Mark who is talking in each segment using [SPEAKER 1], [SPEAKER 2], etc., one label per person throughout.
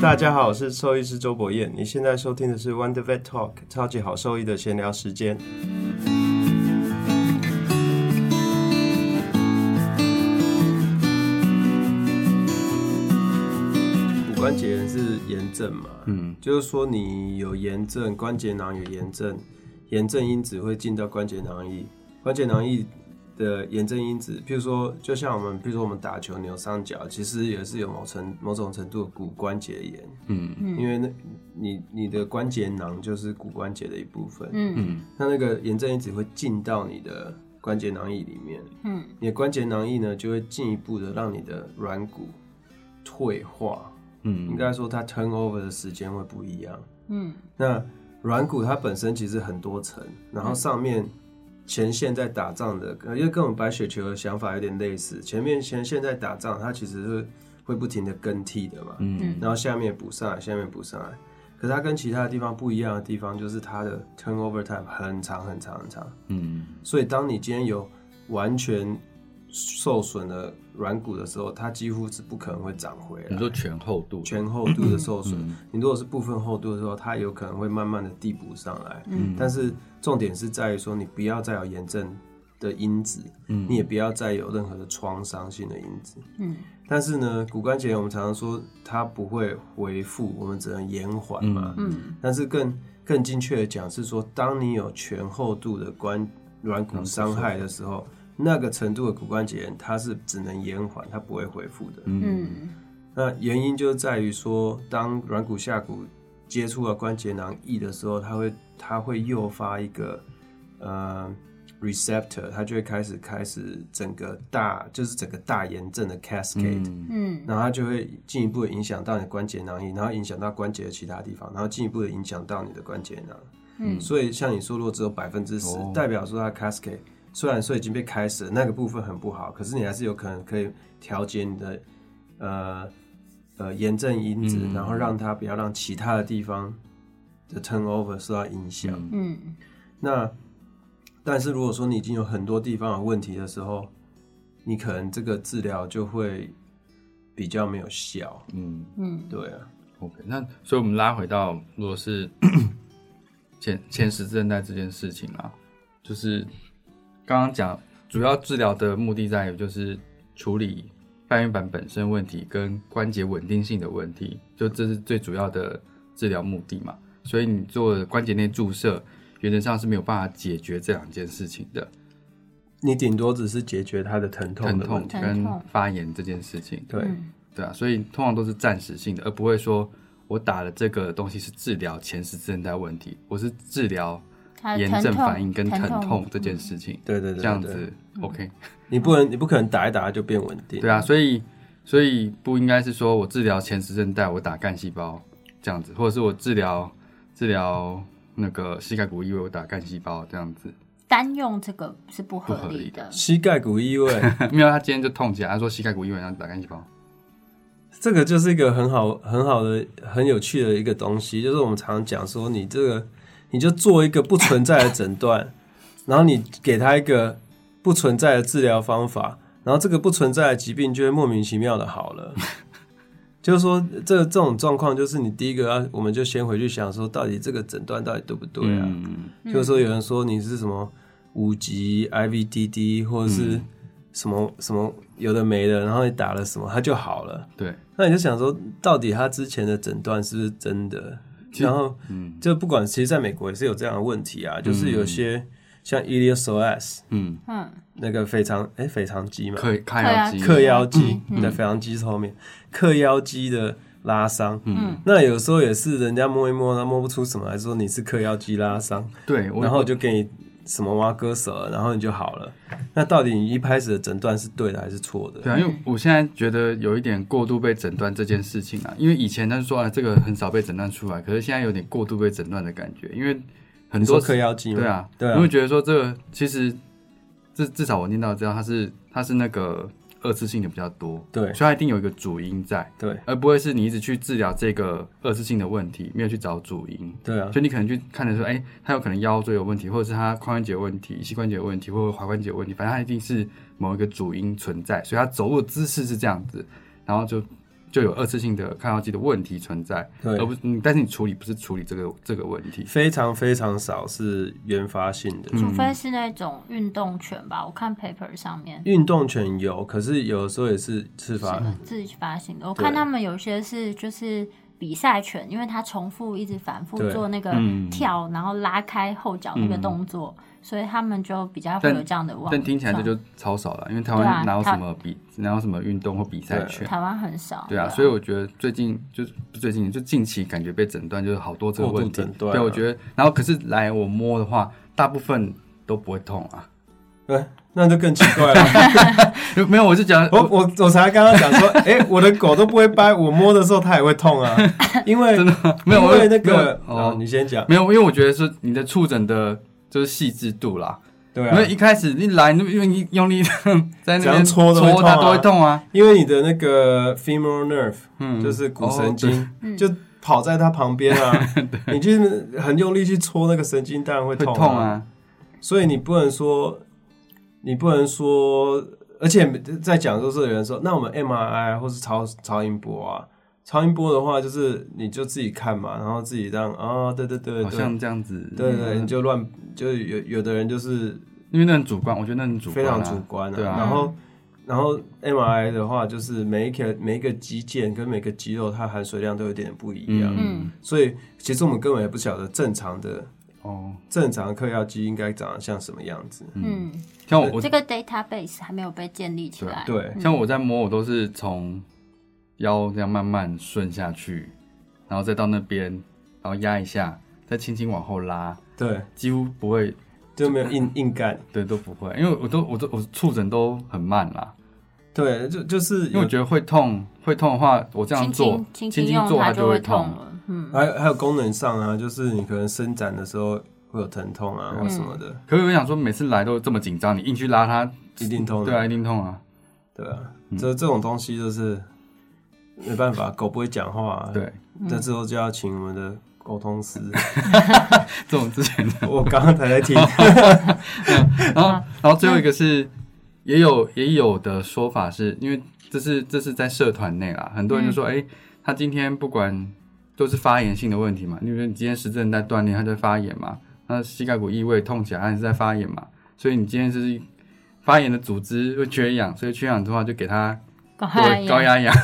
[SPEAKER 1] 大家好，我是兽医师周博彦。你现在收听的是 Wonder Vet Talk，超级好兽医的闲聊时间。骨关节炎是炎症嘛？嗯，就是说你有炎症，关节囊有炎症，炎症因子会进到关节囊液，关节囊液的炎症因子，譬如说，就像我们，譬如说我们打球扭伤脚，其实也是有某程某种程度的骨关节炎。嗯，因为那你你的关节囊就是骨关节的一部分。嗯嗯，那那个炎症因子会进到你的关节囊液里面。嗯，你的关节囊液呢，就会进一步的让你的软骨退化。嗯，应该说它 turn over 的时间会不一样。嗯，那软骨它本身其实很多层，然后上面。前线在打仗的，呃因为跟我们白雪球的想法有点类似。前面前线在打仗，它其实是会不停的更替的嘛，嗯，然后下面补上来，下面补上来。可是它跟其他的地方不一样的地方，就是它的 turnover time 很长很长很长，嗯，所以当你今天有完全受损的软骨的时候，它几乎是不可能会长回来
[SPEAKER 2] 啊
[SPEAKER 3] 你。说嗯全厚度，
[SPEAKER 1] 全厚度的受损。你如果是部分厚度的时候，它有可能会慢慢的递补上来。但是重点是在于说，你不要再有炎症的因子，
[SPEAKER 3] 嗯
[SPEAKER 1] 你也不要再有任何的创伤性的因子。嗯。但是呢，骨关节炎我们常常说它不会恢复，我们只能延缓嘛。嗯。但是更更精确的讲是说，当你有全厚度的关软骨伤害的时候，那个程度的骨关节炎它是只能延缓，它不会恢复的。
[SPEAKER 2] 嗯
[SPEAKER 1] 那原因就在于说，当软骨下骨接触到关节囊液的时候，它会它会诱发一个呃 receptor，它就会开始开始整个大就是整个大炎症的 cascade，、
[SPEAKER 2] 嗯
[SPEAKER 1] 然后它就会进一步的影响到你的关节囊液，然后影响到关节的其他地方，然后进一步的影响到你的关节囊。
[SPEAKER 2] 嗯
[SPEAKER 1] 所以像你说，如果只有百分之十
[SPEAKER 3] 哦，
[SPEAKER 1] 代表说它 cascade 虽然说已经被开始了，那个部分很不好，可是你还是有可能可以调节你的呃呃炎症因子，然后让它不要让其他的地方的 turnover 受到影响。
[SPEAKER 2] 嗯
[SPEAKER 1] 那但是如果说你已经有很多地方有问题的时候，你可能这个治疗就会比较没有效。
[SPEAKER 3] 嗯
[SPEAKER 2] 嗯
[SPEAKER 1] 对啊，
[SPEAKER 3] ，OK，那所以我们拉回到，如果是 前前十字韧带这件事情啊，就是刚刚讲主要治疗的目的在于就是处理半月板本身问题跟关节稳定性的问题，就这是最主要的治疗目的嘛。所以你做关节内注射，原则上是没有办法解决这两件事情的，
[SPEAKER 1] 你顶多只是解决它的疼痛
[SPEAKER 3] 疼
[SPEAKER 1] 的问
[SPEAKER 3] 痛
[SPEAKER 1] 题。
[SPEAKER 2] 疼
[SPEAKER 3] 跟
[SPEAKER 2] 痛
[SPEAKER 3] 发炎这件事情。
[SPEAKER 1] 对，
[SPEAKER 2] 嗯
[SPEAKER 3] 对啊，所以通常都是暂时性的，而不会说我打了这个东西是治疗前十字韧带问题，我是治疗
[SPEAKER 2] 它的
[SPEAKER 3] 炎
[SPEAKER 2] 啊疼
[SPEAKER 3] 症
[SPEAKER 2] 痛
[SPEAKER 3] 反应跟
[SPEAKER 2] 疼
[SPEAKER 3] 疼
[SPEAKER 2] 痛嗯
[SPEAKER 3] 痛这件事情。
[SPEAKER 1] 对对对对
[SPEAKER 3] 这
[SPEAKER 1] 嗯
[SPEAKER 3] 样
[SPEAKER 1] 对嗯
[SPEAKER 3] 子 OK。
[SPEAKER 1] 你不能，你不可能打一打就变稳定。
[SPEAKER 3] 对啊，所以所以不应该是说我治疗前十字韧带，我打干细胞这样子，或者是我治疗治疗那个膝盖骨异位，我打干细胞这样子。
[SPEAKER 2] 单用这个是不
[SPEAKER 3] 不
[SPEAKER 2] 合
[SPEAKER 3] 合
[SPEAKER 2] 理
[SPEAKER 3] 理
[SPEAKER 2] 的，
[SPEAKER 1] 膝盖骨异位，
[SPEAKER 3] 没有，他今天就痛起来，他说膝盖骨异位，然后打干细胞。
[SPEAKER 1] 这个就是一个很好、很好的、很有趣的一个东西，就是我们常常讲说，你这个你就做一个不存在的诊断， 然后你给他一个不存在的治疗方法，然后这个不存在的疾病就会莫名其妙的好了。就是说，这这种状况，就是你第一个要，啊我们就先回去想说，到底这个诊断到底对不对啊？
[SPEAKER 3] 嗯，
[SPEAKER 1] 就是说有人说你是什么五级 IVDD 或者是什么、什么有的没的，然后你打了什么它就好了，
[SPEAKER 3] 对，
[SPEAKER 1] 那你就想说到底他之前的诊断是不是真的？然后
[SPEAKER 3] 嗯
[SPEAKER 1] 就不管，其实在美国也是有这样的问题啊，就是有些像 iliopsoas
[SPEAKER 3] 嗯，
[SPEAKER 2] 嗯
[SPEAKER 1] 那个腓肠哎腓肠肌嘛，
[SPEAKER 3] 可以看
[SPEAKER 2] 对啊
[SPEAKER 3] 腰肌，
[SPEAKER 1] 克腰肌的腓肠肌是后面克腰肌的拉伤，
[SPEAKER 2] 嗯
[SPEAKER 1] 那有时候也是人家摸一摸，他摸不出什么来说你是克腰肌拉伤。
[SPEAKER 3] 对，我
[SPEAKER 1] 然后就给你什么挖割手了，然后你就好了。那到底你一开始的诊断是对的还是错的？
[SPEAKER 3] 对啊，因为我现在觉得有一点过度被诊断这件事情啊，因为以前他说啊这个很少被诊断出来，可是现在有点过度被诊断的感觉，因为很
[SPEAKER 1] 你说
[SPEAKER 3] 多
[SPEAKER 1] 嗑药剂吗？
[SPEAKER 3] 对，啊，
[SPEAKER 1] 对啊
[SPEAKER 3] 你会觉得说这个其实至至少我念到这样，它是它是那个二次性的比较多，
[SPEAKER 1] 对
[SPEAKER 3] 所以它一定有一个主因在，
[SPEAKER 1] 对
[SPEAKER 3] 而不会是你一直去治疗这个二次性的问题，没有去找主因。
[SPEAKER 1] 对啊，
[SPEAKER 3] 所以你可能去看的时候，哎、他有可能腰椎有问题，或者是他髋关节有问题、膝关节有问题，或者踝关节有问题，反正他一定是某一个主因存在，所以他走路的姿势是这样子，然后就就有二次性的抗药剂的问题存在，
[SPEAKER 1] 对
[SPEAKER 3] 而不是你但是你处理不是处理这个这个问题，
[SPEAKER 1] 非常非常少是原发性
[SPEAKER 3] 嗯
[SPEAKER 1] 的。
[SPEAKER 2] 除非是那种运动犬吧，我看 paper 上面
[SPEAKER 1] 运动犬有，可是有的时候也是自发。
[SPEAKER 2] 是自己发行的。我看他们有些是就是比赛犬，因为它重复一直反复
[SPEAKER 1] 对
[SPEAKER 2] 做那个
[SPEAKER 3] 嗯
[SPEAKER 2] 跳，然后拉开后脚那个动作，所以他们就比较会
[SPEAKER 3] 但
[SPEAKER 2] 有这样的妄。
[SPEAKER 3] 但听起来这就超少了，因为台
[SPEAKER 2] 对啊
[SPEAKER 3] 湾哪有
[SPEAKER 2] 它
[SPEAKER 3] 什么比哪有什么运动或比赛
[SPEAKER 1] 对
[SPEAKER 3] 权，
[SPEAKER 2] 嗯台湾很少。
[SPEAKER 3] 对啊，所以我觉得最近就是不最近就近期感觉被诊断就是好多这个
[SPEAKER 1] 过
[SPEAKER 3] 问题
[SPEAKER 1] 度诊，断啊
[SPEAKER 3] 对，我觉得然后可是来我摸的话，大部分都不会痛啊，
[SPEAKER 1] 对，那就更奇怪 了。
[SPEAKER 3] 没有，我是讲
[SPEAKER 1] 我我我才刚刚讲说， 哎、我的狗都不会掰，我摸的时候它也会痛 啊，因为
[SPEAKER 3] 真的吗没有，
[SPEAKER 1] 因
[SPEAKER 3] 我
[SPEAKER 1] 为那个，
[SPEAKER 3] 没有
[SPEAKER 1] 哦，
[SPEAKER 3] 哦，
[SPEAKER 1] 你先讲，
[SPEAKER 3] 没有，因为我觉得是你的触诊的就是细致度啦，
[SPEAKER 1] 对
[SPEAKER 3] 因
[SPEAKER 1] 啊
[SPEAKER 3] 为，一开始你来，你用力用力 在那
[SPEAKER 1] 怎
[SPEAKER 3] 边
[SPEAKER 1] 样戳都会
[SPEAKER 3] 戳它
[SPEAKER 1] 痛啊
[SPEAKER 3] 都会痛啊，
[SPEAKER 1] 因为你的那个 femoral nerve
[SPEAKER 3] 嗯，
[SPEAKER 1] 就是骨
[SPEAKER 3] 哦
[SPEAKER 1] 神经，
[SPEAKER 2] 嗯
[SPEAKER 1] 就跑在它旁边啊， 你去很用力去戳那个神经，当然会
[SPEAKER 3] 对
[SPEAKER 1] 痛
[SPEAKER 3] 会痛啊，
[SPEAKER 1] 所以你不能说，你不能说，而且在讲说是有人说，那我们 MRI 或是超超音波啊，超音波的话就是你就自己看嘛，然后自己让啊、对对对
[SPEAKER 3] 好
[SPEAKER 1] 对，
[SPEAKER 3] 像这嗯样子，
[SPEAKER 1] 对对，你就乱，就有有的人就是
[SPEAKER 3] 因为那很主观，我觉得那很主
[SPEAKER 1] 非
[SPEAKER 3] 观啊，
[SPEAKER 1] 常主观
[SPEAKER 3] 对啊
[SPEAKER 1] 然后。然后 MRI 的话，就是每一个每一个肌腱跟每个肌肉，它含水量都有点不一样，
[SPEAKER 2] 嗯
[SPEAKER 3] 嗯，
[SPEAKER 1] 所以其实我们根本也不晓得正常的
[SPEAKER 3] 哦，
[SPEAKER 1] 正常的嗑药肌应该长得像什么样子。
[SPEAKER 2] 嗯，
[SPEAKER 3] 像我我啊
[SPEAKER 2] 这个 database 还没有被建立起来。
[SPEAKER 1] 对，
[SPEAKER 3] 像我在摸，我都是从腰这样慢慢顺下去，然后再到那边，然后压一下，再轻轻往后拉，
[SPEAKER 1] 对，
[SPEAKER 3] 几乎不会，
[SPEAKER 1] 就没有 硬硬干。
[SPEAKER 3] 对，都不会，因为我都我都我触诊都很慢啦，
[SPEAKER 1] 对，就就是
[SPEAKER 3] 因为我
[SPEAKER 1] 有，
[SPEAKER 3] 觉得会痛，会痛的话，我这样
[SPEAKER 2] 轻
[SPEAKER 3] 做
[SPEAKER 2] 轻，轻
[SPEAKER 3] 轻
[SPEAKER 2] 轻
[SPEAKER 3] 轻
[SPEAKER 2] 用
[SPEAKER 3] 做
[SPEAKER 2] 它
[SPEAKER 3] 它
[SPEAKER 2] 就
[SPEAKER 3] 会
[SPEAKER 2] 痛
[SPEAKER 3] 痛，啊
[SPEAKER 2] 了。嗯，
[SPEAKER 1] 还有还有功能上啊，就是你可能伸展的时候会有疼痛啊
[SPEAKER 3] 嗯
[SPEAKER 1] 或什么的，
[SPEAKER 3] 可是我想说，每次来都这么紧张，你硬去拉它，
[SPEAKER 1] 一定痛的。
[SPEAKER 3] 对啊，一定痛啊，
[SPEAKER 1] 对啊，
[SPEAKER 3] 嗯
[SPEAKER 1] 这这种东西就是没办法，狗不会讲话、啊，，
[SPEAKER 3] 对，嗯
[SPEAKER 1] 那之后就要请我们的沟通 师。
[SPEAKER 3] 这种之前的。
[SPEAKER 1] 我刚刚才在听，
[SPEAKER 3] 哦然
[SPEAKER 2] 嗯
[SPEAKER 3] 后，然后最后一个是，也有也有的说法是，因为这是这是在社团内啦，很多人
[SPEAKER 2] 嗯
[SPEAKER 3] 就说，哎、他今天不管都是发炎性的问题嘛，因为你今天实证在锻炼，他在发炎嘛，那膝盖骨异位痛起来，他也是在发炎嘛，所以你今天就是发炎的组织会缺氧，所以缺氧的话就给他
[SPEAKER 2] 高
[SPEAKER 3] 多
[SPEAKER 2] 压
[SPEAKER 3] 高压氧。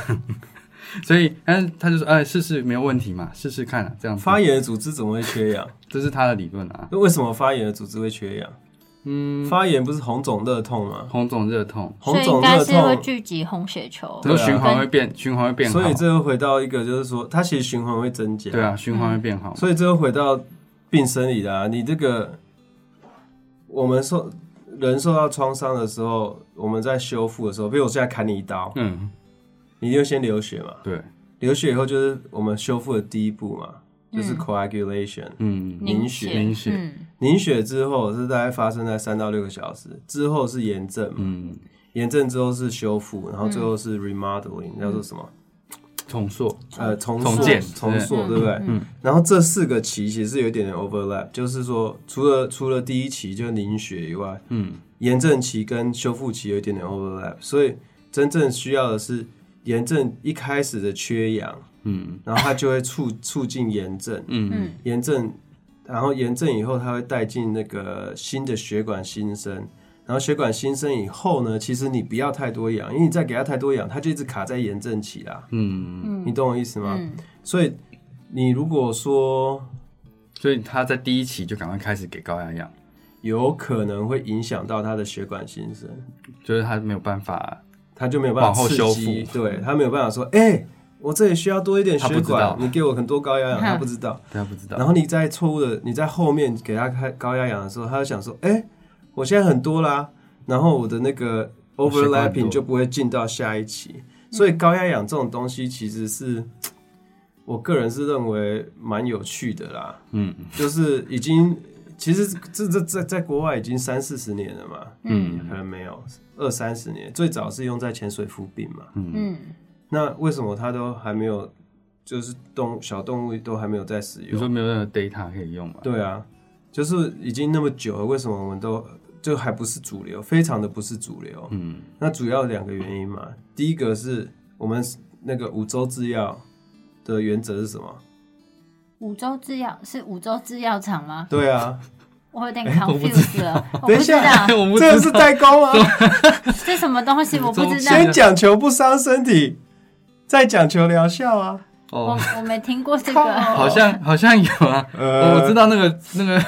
[SPEAKER 3] 所以，但是他就说，哎，试试没有问题嘛，试试看啊，这样 子。
[SPEAKER 1] 发炎的组织怎么会缺氧？
[SPEAKER 3] 这是他的理论啊，
[SPEAKER 1] 那为什么发炎的组织会缺氧？
[SPEAKER 3] 嗯，
[SPEAKER 1] 发炎不是红肿热痛吗？
[SPEAKER 3] 红肿热痛，
[SPEAKER 2] 所
[SPEAKER 1] 红
[SPEAKER 2] 以应
[SPEAKER 1] 肿
[SPEAKER 2] 该
[SPEAKER 1] 热
[SPEAKER 2] 是会
[SPEAKER 1] 痛，
[SPEAKER 2] 聚集红血球。
[SPEAKER 3] 然后循环
[SPEAKER 2] 跟
[SPEAKER 3] 会变，循环会变好。
[SPEAKER 1] 啊所以这又回到一个，就是说它其实循环会增加。
[SPEAKER 3] 对啊，循环会变好。
[SPEAKER 1] 所以这又回到病生理啦、你这个我们受人受到创伤的时候，我们在修复的时候，比如我现在砍你一刀，
[SPEAKER 3] 嗯，
[SPEAKER 1] 你就先流血嘛，
[SPEAKER 3] 对，
[SPEAKER 1] 流血以后就是我们修复的第一步嘛，就是 coagulation。
[SPEAKER 3] 嗯，
[SPEAKER 1] 凝
[SPEAKER 2] 凝
[SPEAKER 1] 血
[SPEAKER 3] 凝血
[SPEAKER 2] 嗯，
[SPEAKER 1] 凝血之后是大概发生在三到六个小时，之后是炎症嘛，
[SPEAKER 3] 嗯，
[SPEAKER 1] 炎症之后是修复，然后最后是
[SPEAKER 3] 嗯
[SPEAKER 1] remodeling，叫做什么？
[SPEAKER 3] 重塑，
[SPEAKER 1] 呃，重
[SPEAKER 3] 重
[SPEAKER 1] 塑
[SPEAKER 3] 建
[SPEAKER 1] 重塑，
[SPEAKER 2] 嗯
[SPEAKER 1] 对不对？
[SPEAKER 2] 嗯
[SPEAKER 1] 然后这四个期其实是有一点点 overlap，就是说除了除了第一期就是凝血以外，
[SPEAKER 3] 嗯，
[SPEAKER 1] 炎症期跟修复期有一点点 overlap，所以真正需要的是炎症一开始的缺氧，
[SPEAKER 3] 嗯
[SPEAKER 1] 然后它就会促促进炎症，
[SPEAKER 3] 嗯
[SPEAKER 2] 嗯
[SPEAKER 1] 炎症，然后炎症以后它会带进那个新的血管新生，然后血管新生以后呢，其实你不要太多氧，因为你再给它太多氧，它就一直卡在炎症期啦，
[SPEAKER 3] 嗯，
[SPEAKER 1] 你懂我意思吗？
[SPEAKER 2] 嗯，
[SPEAKER 1] 所以你如果说
[SPEAKER 3] 所以他在第一期就赶快开始给高压氧，
[SPEAKER 1] 有可能会影响到他的血管新生，
[SPEAKER 3] 就是他没有办法，
[SPEAKER 1] 他就没有办
[SPEAKER 3] 往
[SPEAKER 1] 法
[SPEAKER 3] 后
[SPEAKER 1] 刺
[SPEAKER 3] 修
[SPEAKER 1] 激，
[SPEAKER 3] 复
[SPEAKER 1] 对他没有办法说，哎、我这里需要多一点
[SPEAKER 3] 他不
[SPEAKER 1] 血
[SPEAKER 3] 知道
[SPEAKER 1] 管，你给我很多高压氧，他不知 道。
[SPEAKER 3] 他不知道。
[SPEAKER 1] 然后你在错误的，你在后面给他开高压氧的时候，他就想说，哎、我现在很多啦，然后我的那个
[SPEAKER 3] 我血管很嗯多
[SPEAKER 1] overlapping 就不会进到下一期。所以高压氧这种东西其实是，我个人是认为蛮有趣的啦，
[SPEAKER 3] 嗯
[SPEAKER 1] 就是已经其实这这在在国外已经三四十年了嘛，
[SPEAKER 3] 嗯
[SPEAKER 1] 可能没有二三十年，最早是用在潜水夫病嘛。
[SPEAKER 2] 嗯，
[SPEAKER 1] 那为什么它都还没有，就是动小动物都还没有在使
[SPEAKER 3] 你
[SPEAKER 1] 用？
[SPEAKER 3] 说没有任何 data 可以用嘛？
[SPEAKER 1] 对啊，就是已经那么久了，为什么我们都就还不是主流？非常的不是主流。
[SPEAKER 3] 嗯
[SPEAKER 1] 那主要两个原因嘛，第一个是我们那个五洲制药的原则是什么？
[SPEAKER 2] 五洲制药是五洲制药厂吗？
[SPEAKER 1] 对啊，
[SPEAKER 2] 我有点
[SPEAKER 3] 哎我不知
[SPEAKER 2] confused 了，
[SPEAKER 1] 等
[SPEAKER 2] 我不
[SPEAKER 1] 一
[SPEAKER 2] 知
[SPEAKER 1] 下
[SPEAKER 2] 道
[SPEAKER 3] 我不知
[SPEAKER 1] 这
[SPEAKER 3] 道
[SPEAKER 1] 个是代沟啊吗？
[SPEAKER 2] 这什么东西，我不
[SPEAKER 3] 五洲
[SPEAKER 2] 知
[SPEAKER 3] 制
[SPEAKER 2] 道
[SPEAKER 3] 药，
[SPEAKER 1] 先讲求不伤身体，再讲求疗效啊。
[SPEAKER 2] 我
[SPEAKER 3] 哦，
[SPEAKER 2] 我没听过这
[SPEAKER 1] 靠
[SPEAKER 2] 个。
[SPEAKER 3] 好像好像有啊，
[SPEAKER 1] 呃
[SPEAKER 3] 我我知道那个那个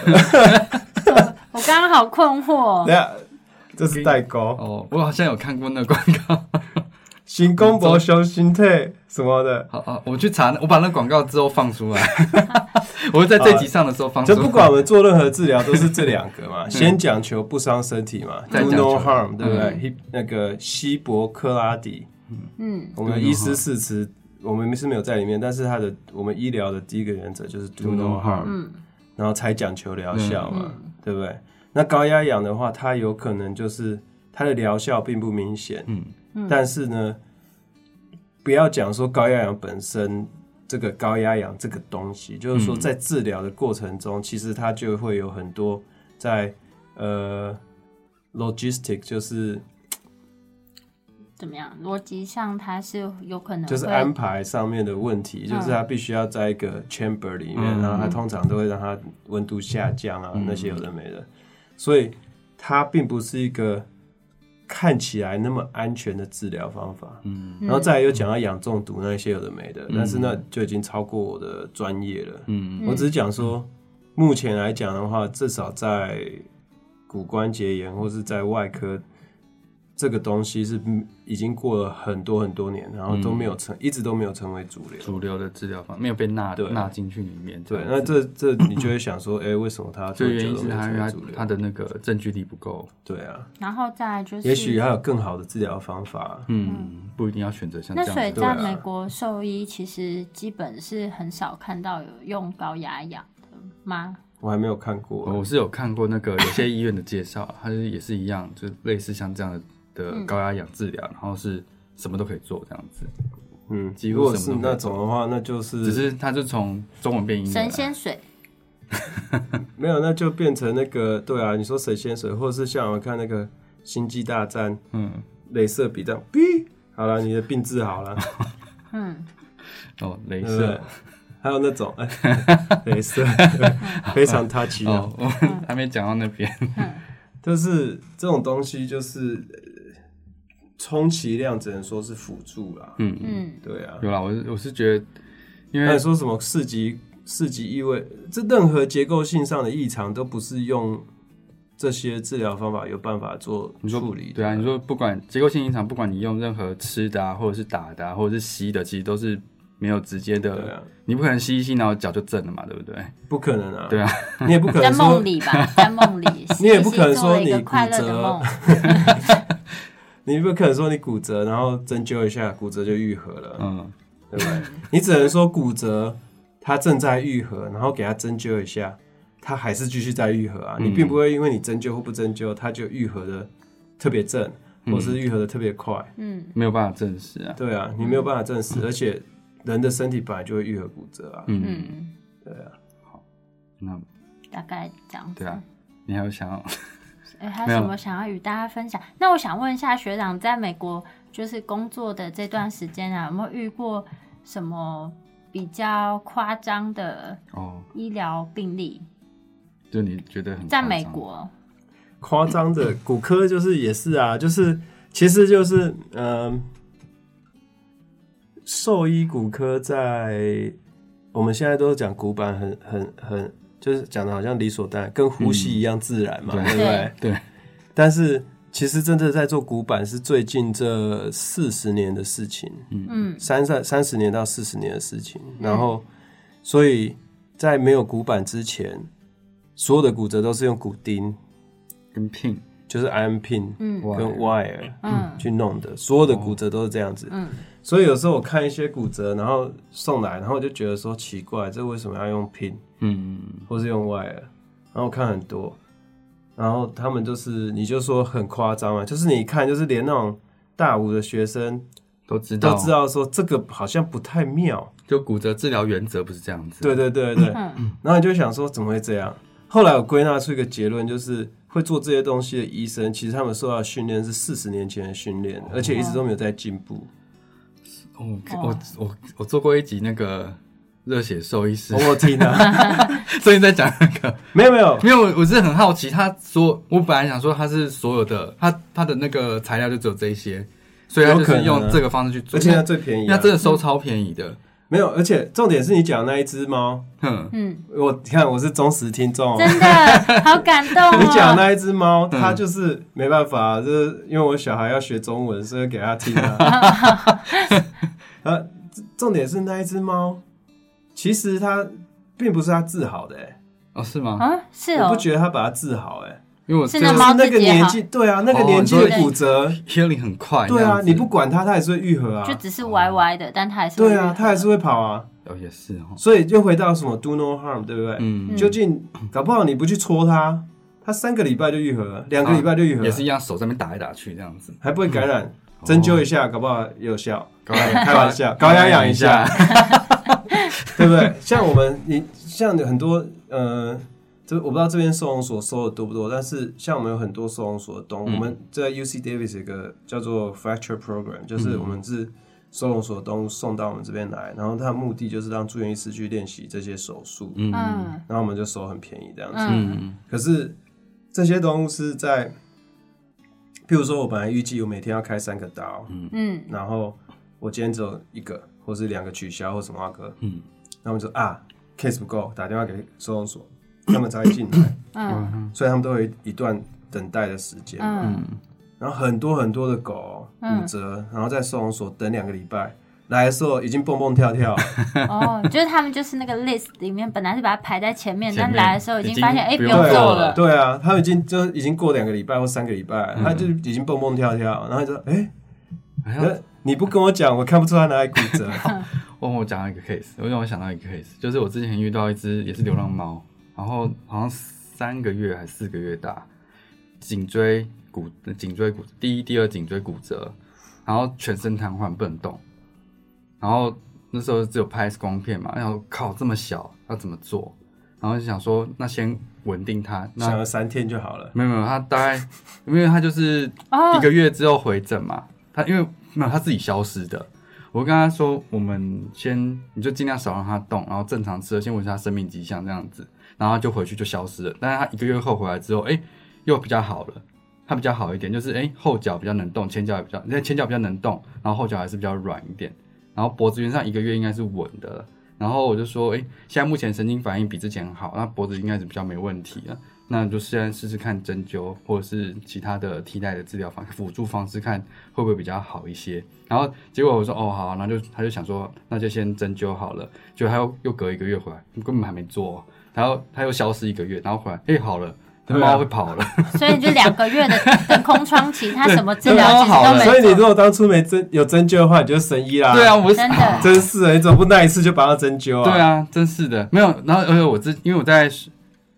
[SPEAKER 2] 我刚刚好困惑
[SPEAKER 1] 等一
[SPEAKER 2] 哦，
[SPEAKER 1] 下，这是代沟。
[SPEAKER 3] 哦，我好像有看过那个广告。
[SPEAKER 1] 行功博修心退什么的，
[SPEAKER 3] 好啊，我去查，我把那广告之后放出 来，我会在这集上的时候放出
[SPEAKER 1] 就
[SPEAKER 3] 来。
[SPEAKER 1] 不管我们做任何治疗都是这两个嘛，先讲求不伤身体嘛
[SPEAKER 3] 嗯再
[SPEAKER 1] ，do
[SPEAKER 3] 讲嗯
[SPEAKER 1] no
[SPEAKER 3] 求
[SPEAKER 1] harm，对不对？希那个希伯克拉底，
[SPEAKER 2] 嗯，
[SPEAKER 1] 我们医师誓词，我们是没有在里面，但是他的我们医疗的第一个原则就是 do no harm，
[SPEAKER 2] 嗯
[SPEAKER 1] 然后才讲求疗效嘛，对不对？那高压氧的话，它有可能就是它的疗效并不明显，
[SPEAKER 3] 嗯
[SPEAKER 1] 但是呢，不要讲说高压氧本身这个高压氧这个东西，就是说在治疗的过程中，其实它就会有很多在呃 logistic 就是
[SPEAKER 2] 怎么样？逻辑上它是有可能
[SPEAKER 1] 就是
[SPEAKER 2] 会
[SPEAKER 1] 安排上面的问题，就是它必须要在一个 chamber 里面，
[SPEAKER 3] 嗯
[SPEAKER 1] 然后它通常都会让它温度下降啊，那些有的没的，所以它并不是一个看起来那么安全的治疗方法。
[SPEAKER 3] 嗯
[SPEAKER 1] 然后再来又讲到氧中毒那些有的没的，但是那就已经超过我的专业了。
[SPEAKER 3] 嗯
[SPEAKER 1] 我只是讲说，目前来讲的话，至少在骨关节炎或是在外科这个东西是嗯已经过了很多很多年，然后都没有成，一直都没有成为主流。
[SPEAKER 3] 嗯主流的治疗方没有被纳
[SPEAKER 1] 对
[SPEAKER 3] 纳进去里面，
[SPEAKER 1] 对，
[SPEAKER 3] 样
[SPEAKER 1] 那
[SPEAKER 3] 子
[SPEAKER 1] 这这你就会想
[SPEAKER 3] 嗯
[SPEAKER 1] 说，哎、为什么它这么
[SPEAKER 3] 就原
[SPEAKER 1] 久
[SPEAKER 3] 因
[SPEAKER 1] 都
[SPEAKER 3] 是
[SPEAKER 1] 没有
[SPEAKER 3] 他
[SPEAKER 1] 成为
[SPEAKER 3] 他
[SPEAKER 1] 主流
[SPEAKER 3] 他？的那个证据力不够，
[SPEAKER 1] 对啊，
[SPEAKER 2] 然后再来就是，
[SPEAKER 1] 也许还有更好的治疗方法。
[SPEAKER 3] 嗯，不一定要选择像这
[SPEAKER 2] 那所以
[SPEAKER 3] 样子
[SPEAKER 1] 对
[SPEAKER 2] 在
[SPEAKER 1] 啊
[SPEAKER 2] 美国兽医其实基本是很少看到有用高压氧的吗？
[SPEAKER 1] 我还没有看过、
[SPEAKER 3] 我是有看过那个有些医院的介绍，它就是也是一样，就类似像这样的
[SPEAKER 2] 嗯
[SPEAKER 3] 的高压氧治疗，然后是什么都可以做这样子，
[SPEAKER 1] 嗯，
[SPEAKER 3] 几乎
[SPEAKER 1] 如果
[SPEAKER 3] 什
[SPEAKER 1] 是
[SPEAKER 3] 么都没有
[SPEAKER 1] 那种的话，那就是
[SPEAKER 3] 只是它就从中文
[SPEAKER 1] 嗯
[SPEAKER 3] 变英文
[SPEAKER 2] 神
[SPEAKER 3] 啊，
[SPEAKER 2] 仙水，
[SPEAKER 1] 没有，那就变成那个对啊，你说神仙水，或者是像我看那个《星际大战》，
[SPEAKER 3] 嗯，
[SPEAKER 1] 镭射笔这样，哔，好了，你的病治好了，
[SPEAKER 2] 嗯，
[SPEAKER 3] 哦，
[SPEAKER 1] 对
[SPEAKER 3] 镭
[SPEAKER 1] 不对
[SPEAKER 3] 射，？
[SPEAKER 1] 还有那种哎镭射，非常 touchy 的，
[SPEAKER 3] 哦， 我还没讲到那边，
[SPEAKER 1] 就是这种东西，就是呃充其量只能说是辅助啦。
[SPEAKER 3] 嗯
[SPEAKER 2] 嗯，
[SPEAKER 1] 对啊，
[SPEAKER 3] 有啦，我是我是觉得，因
[SPEAKER 1] 那
[SPEAKER 3] 为
[SPEAKER 1] 你说什么四级四级异位，这任何结构性上的异常都不是用这些治疗方法有办法做
[SPEAKER 3] 你说
[SPEAKER 1] 处理的。
[SPEAKER 3] 对啊，你说不管结构性异常，不管你用任何吃的啊，或者是打的啊，或者是吸的，其实都是没有直接
[SPEAKER 1] 对
[SPEAKER 3] 的，
[SPEAKER 1] 啊，
[SPEAKER 3] 你不可能吸一吸，然后脚就正了嘛，对不对？
[SPEAKER 1] 不可能啊。
[SPEAKER 3] 对啊，
[SPEAKER 1] 你也不可
[SPEAKER 2] 在
[SPEAKER 1] 能说
[SPEAKER 2] 梦里吧， 在梦里，
[SPEAKER 1] 你也不可能
[SPEAKER 2] 做了一
[SPEAKER 1] 说
[SPEAKER 2] 个
[SPEAKER 1] 你
[SPEAKER 2] 快乐
[SPEAKER 1] 骨
[SPEAKER 2] 的
[SPEAKER 1] 折
[SPEAKER 2] 梦，
[SPEAKER 1] 你不可能说你骨折，然后针灸一下，骨折就愈合了，
[SPEAKER 3] 嗯，
[SPEAKER 1] 对不对？你只能说骨折它正在愈合，然后给它针灸一下，它还是继续在愈合啊。你并不会因为你针灸或不针灸，它就愈合的特别正，或是愈合的特别快。
[SPEAKER 2] 嗯
[SPEAKER 3] 没有办法证实啊。
[SPEAKER 1] 对啊，你没有办法证实，而且人的身体本来就会愈合骨折啊。
[SPEAKER 3] 嗯，
[SPEAKER 2] 嗯，
[SPEAKER 3] 那
[SPEAKER 2] 大概这样子。
[SPEAKER 3] 对啊，你还有想要
[SPEAKER 2] 哎，还
[SPEAKER 3] 没
[SPEAKER 2] 有
[SPEAKER 3] 有
[SPEAKER 2] 什么想要与大家分享？那我想问一下学长，在美国就是工作的这段时间啊，有没有遇过什么比较夸张的
[SPEAKER 3] 哦，
[SPEAKER 2] 医疗病例？
[SPEAKER 3] 就你觉得很
[SPEAKER 2] 在
[SPEAKER 3] 夸
[SPEAKER 2] 美
[SPEAKER 3] 张，
[SPEAKER 2] 国，
[SPEAKER 1] 夸张的骨科就是也是啊，就是其实就是嗯、兽医骨科在我们现在都讲骨板很很很，就是讲的好像理所当然，跟呼吸一样自然嘛，
[SPEAKER 3] 嗯
[SPEAKER 1] 对不对
[SPEAKER 2] 对？
[SPEAKER 3] 对，
[SPEAKER 1] 但是其实真的在做骨板是最近这四十年的事情，
[SPEAKER 2] 嗯
[SPEAKER 1] 三三三十年到四十年的事情。然后，所以在没有骨板之前，所有的骨折都是用骨钉，
[SPEAKER 3] 跟 pin
[SPEAKER 1] 就是 iron pin。
[SPEAKER 2] 嗯
[SPEAKER 3] 哇
[SPEAKER 1] 跟 wire
[SPEAKER 2] 嗯
[SPEAKER 1] 去弄的，所有的骨折都是这样子。
[SPEAKER 2] 嗯
[SPEAKER 1] 所以有时候我看一些骨折，然后送来，然后我就觉得说奇怪，这为什么要用 pin
[SPEAKER 3] 嗯，
[SPEAKER 1] 或是用 wire？然后我看很多，然后他们就是你就说很夸张嘛，就是你一看就是连那种大五的学生
[SPEAKER 3] 都知道
[SPEAKER 1] 都知，道说这个好像不太妙。
[SPEAKER 3] 就骨折治疗原则不是这样子。
[SPEAKER 1] 对对对对，
[SPEAKER 2] 嗯
[SPEAKER 1] 然后你就想说怎么会这样？后来我归纳出一个结论，就是会做这些东西的医生，其实他们受到的训练是四十年前的训练，而且一直都没有在进步。
[SPEAKER 3] 哦
[SPEAKER 2] 哦
[SPEAKER 3] 我我我我做过一集那个热血兽医师，
[SPEAKER 1] 我听啊，
[SPEAKER 3] 所以在讲那个
[SPEAKER 1] 没有没 有，
[SPEAKER 3] 因为我我是很好奇，他所我本来想说他是所有的，他他的那个材料就只有这一些，所以他就
[SPEAKER 1] 有可
[SPEAKER 3] 是
[SPEAKER 1] 能啊
[SPEAKER 3] 用这个方式去做，
[SPEAKER 1] 而且它最便宜、
[SPEAKER 3] 那
[SPEAKER 1] 啊，
[SPEAKER 3] 真的收超便宜的，
[SPEAKER 1] 没有，而且重点是你讲的那一只猫，
[SPEAKER 3] 哼，
[SPEAKER 2] 嗯，
[SPEAKER 1] 我你看我是忠实听众、哦。
[SPEAKER 2] 真的好感动
[SPEAKER 1] 你讲的
[SPEAKER 2] 哦。
[SPEAKER 1] 那一只猫，
[SPEAKER 3] 嗯
[SPEAKER 1] 它就是没办法，啊就是因为我小孩要学中文，所以给他听啊。 啊，重点是那一只猫，其实它并不是它治好的、欸，
[SPEAKER 3] 哦是吗？
[SPEAKER 2] 啊，是
[SPEAKER 1] 我
[SPEAKER 2] 哦
[SPEAKER 1] 不，觉得它把它治好、欸，哎，
[SPEAKER 3] 因为我这
[SPEAKER 2] 是那
[SPEAKER 1] 就是
[SPEAKER 2] 猫
[SPEAKER 1] 那个
[SPEAKER 2] 自己也好
[SPEAKER 1] 年纪，对啊，那个
[SPEAKER 3] 哦
[SPEAKER 1] 年
[SPEAKER 3] 你
[SPEAKER 1] 纪
[SPEAKER 3] 说
[SPEAKER 1] 的骨折，
[SPEAKER 3] healing 很快，
[SPEAKER 1] 对
[SPEAKER 3] 这
[SPEAKER 1] 啊
[SPEAKER 3] 样，子
[SPEAKER 1] 你不管它，它还是会愈合啊
[SPEAKER 2] 就。只是歪歪的，但它还是
[SPEAKER 1] 对
[SPEAKER 2] 会
[SPEAKER 1] 啊，它还是会跑啊。
[SPEAKER 3] 哦也是哦，
[SPEAKER 1] 所以就回到什么 do no harm，对不对？
[SPEAKER 3] 嗯，
[SPEAKER 1] 究竟搞不好你不去戳它，它三个礼拜就愈合了，两个礼拜就愈合了，
[SPEAKER 3] 也是一样，手在那边打来打去这样子，
[SPEAKER 1] 还不会感染。针灸一下，搞不好有效， 开玩笑
[SPEAKER 3] 高
[SPEAKER 1] 高压
[SPEAKER 3] 压
[SPEAKER 1] 氧
[SPEAKER 3] 一
[SPEAKER 1] 一下，对不对？像我们，你像有很多，呃，这我不知道这边收容所收的多不多，但是像我们有很多收容所的动物，
[SPEAKER 3] 嗯
[SPEAKER 1] 我们在 UC Davis 有个叫做 Fracture Program，就是我们是收容所的动物送到我们这边来，然后它的目的就是让住院医师去练习这些手术，
[SPEAKER 3] 嗯嗯
[SPEAKER 2] 嗯
[SPEAKER 1] 然后我们就收很便宜这样子。
[SPEAKER 2] 嗯
[SPEAKER 3] 嗯
[SPEAKER 1] 可是这些动物是在，譬如说我本来预计我每天要开三个刀，
[SPEAKER 2] 嗯
[SPEAKER 1] 然后我今天只有一个，或是两个取消或什么啊哥，
[SPEAKER 3] 嗯
[SPEAKER 1] 那我们就啊 case 不够，打电话给收容所， 他们才会 进来，
[SPEAKER 2] 嗯
[SPEAKER 1] 所以他们都有一一段等待的时间。
[SPEAKER 2] 嗯
[SPEAKER 3] 嗯，
[SPEAKER 1] 然后很多很多的狗哦
[SPEAKER 2] 嗯
[SPEAKER 1] 骨折，然后在收容所等两个礼拜，来的时候已经蹦蹦跳 跳，
[SPEAKER 2] 哦，就是他们就是那个 list 里面本来是把它排在前面，
[SPEAKER 3] 前
[SPEAKER 2] 但
[SPEAKER 3] 面
[SPEAKER 2] 来的时候
[SPEAKER 3] 已
[SPEAKER 2] 已经
[SPEAKER 3] 经
[SPEAKER 2] 发现哎
[SPEAKER 3] 不
[SPEAKER 2] 不
[SPEAKER 3] 用
[SPEAKER 2] 用
[SPEAKER 3] 做
[SPEAKER 2] 做
[SPEAKER 3] 了
[SPEAKER 2] 了，
[SPEAKER 1] 对啊，他们已经就已经过两个礼拜或三个礼拜，
[SPEAKER 3] 嗯
[SPEAKER 1] 他就已经蹦蹦跳跳，然后就说哎。
[SPEAKER 3] 还要
[SPEAKER 1] 呃你不跟我讲，我看不出他哪里骨 折。
[SPEAKER 3] 哦，我讲到一个 case，我让我想到一个 case，就是我之前遇到一只也是流浪猫，然后好像三个月还是四个月大，颈椎骨呃颈椎骨第一第二颈椎骨折，然后全身瘫痪不能动，然后那时候只有拍 X 光片嘛，然后靠这么小要怎么做？然后就想说那先稳定它，那
[SPEAKER 1] 想了三天就好了。
[SPEAKER 3] 没有没有，他大概因为他就是
[SPEAKER 2] 哦
[SPEAKER 3] 一个月之后回诊嘛，他因为没有他自己消失的。我跟他说，我们先你就尽量少让它动，然后正常吃了，先维持它生命迹象这样子，然后它就回去就消失了。但是它一个月后回来之后，哎、又比较好了，它比较好一点，就是哎、后脚比较能动，前脚也比较，那前脚比较能动，然后后脚还是比较软一点，然后脖子原上一个月应该是稳的了。然后我就说，哎、现在目前神经反应比之前好，那脖子应该是比较没问题了。那就先试试看针灸或者是其他的替代的治疗方辅助方式，看会不会比较好一些。然后结果我说哦好，然后就他就想说那就先针灸好了，结果他又又隔一个月回来，根本还没做、然后他又消失一个月，然后回来哎好了，他
[SPEAKER 1] 对啊
[SPEAKER 3] 猫会 跑了，
[SPEAKER 2] 所以就两个月的的空窗期，他什么治疗
[SPEAKER 3] 对
[SPEAKER 2] 其实都
[SPEAKER 3] 对
[SPEAKER 2] 没
[SPEAKER 3] 啊
[SPEAKER 2] 做。
[SPEAKER 1] 所以你如果当初没针有针灸的话，你就是神医啦。
[SPEAKER 3] 对，啊，我
[SPEAKER 2] 真的
[SPEAKER 1] 真是的，你怎么不那一次就把它针灸啊？
[SPEAKER 3] 对，啊，真是的，没有。然后而且我之因为我在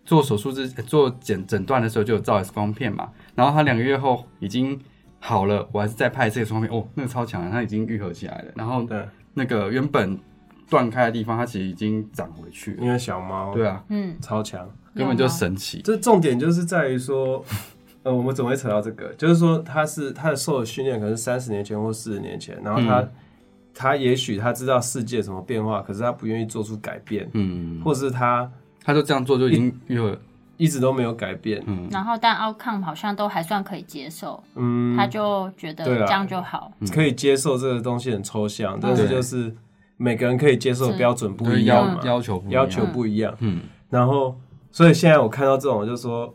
[SPEAKER 3] 做手术之做诊诊断的时候就有照 X 光片嘛，然后他两个月后已经好了，我还是在拍这个 X 光片，哦，那个超强的，它已经愈合起来了。然后
[SPEAKER 1] 对，
[SPEAKER 3] 那个原本断开的地方，它其实已经长回去了。
[SPEAKER 1] 因为小猫
[SPEAKER 3] 对啊，
[SPEAKER 2] 嗯，
[SPEAKER 1] 超强。
[SPEAKER 3] 根本就神奇。
[SPEAKER 1] 这重点就是在于说，呃，我们怎么会扯到这个？就是说，它是它的受的训练可能是三十年前或四十年前，然后它
[SPEAKER 3] 嗯
[SPEAKER 1] 它也许它知道世界什么变化，可是它不愿意做出改变，
[SPEAKER 3] 嗯，
[SPEAKER 1] 或是它
[SPEAKER 3] 他就这样做就已经愈合。
[SPEAKER 1] 一直都没有改变。
[SPEAKER 3] 嗯
[SPEAKER 2] 然后但 outcome 好像都还算可以接受，
[SPEAKER 1] 嗯，
[SPEAKER 2] 他就觉得
[SPEAKER 1] 对啊
[SPEAKER 2] 这样就好。
[SPEAKER 1] 可以接受这个东西很抽象，但是
[SPEAKER 3] 对
[SPEAKER 1] 就是每个人可以接受的标准不
[SPEAKER 3] 就是
[SPEAKER 1] 一样嘛
[SPEAKER 3] 要，要求不一样
[SPEAKER 1] 要求不一样。
[SPEAKER 3] 嗯，
[SPEAKER 1] 然后，所以现在我看到这种，我就说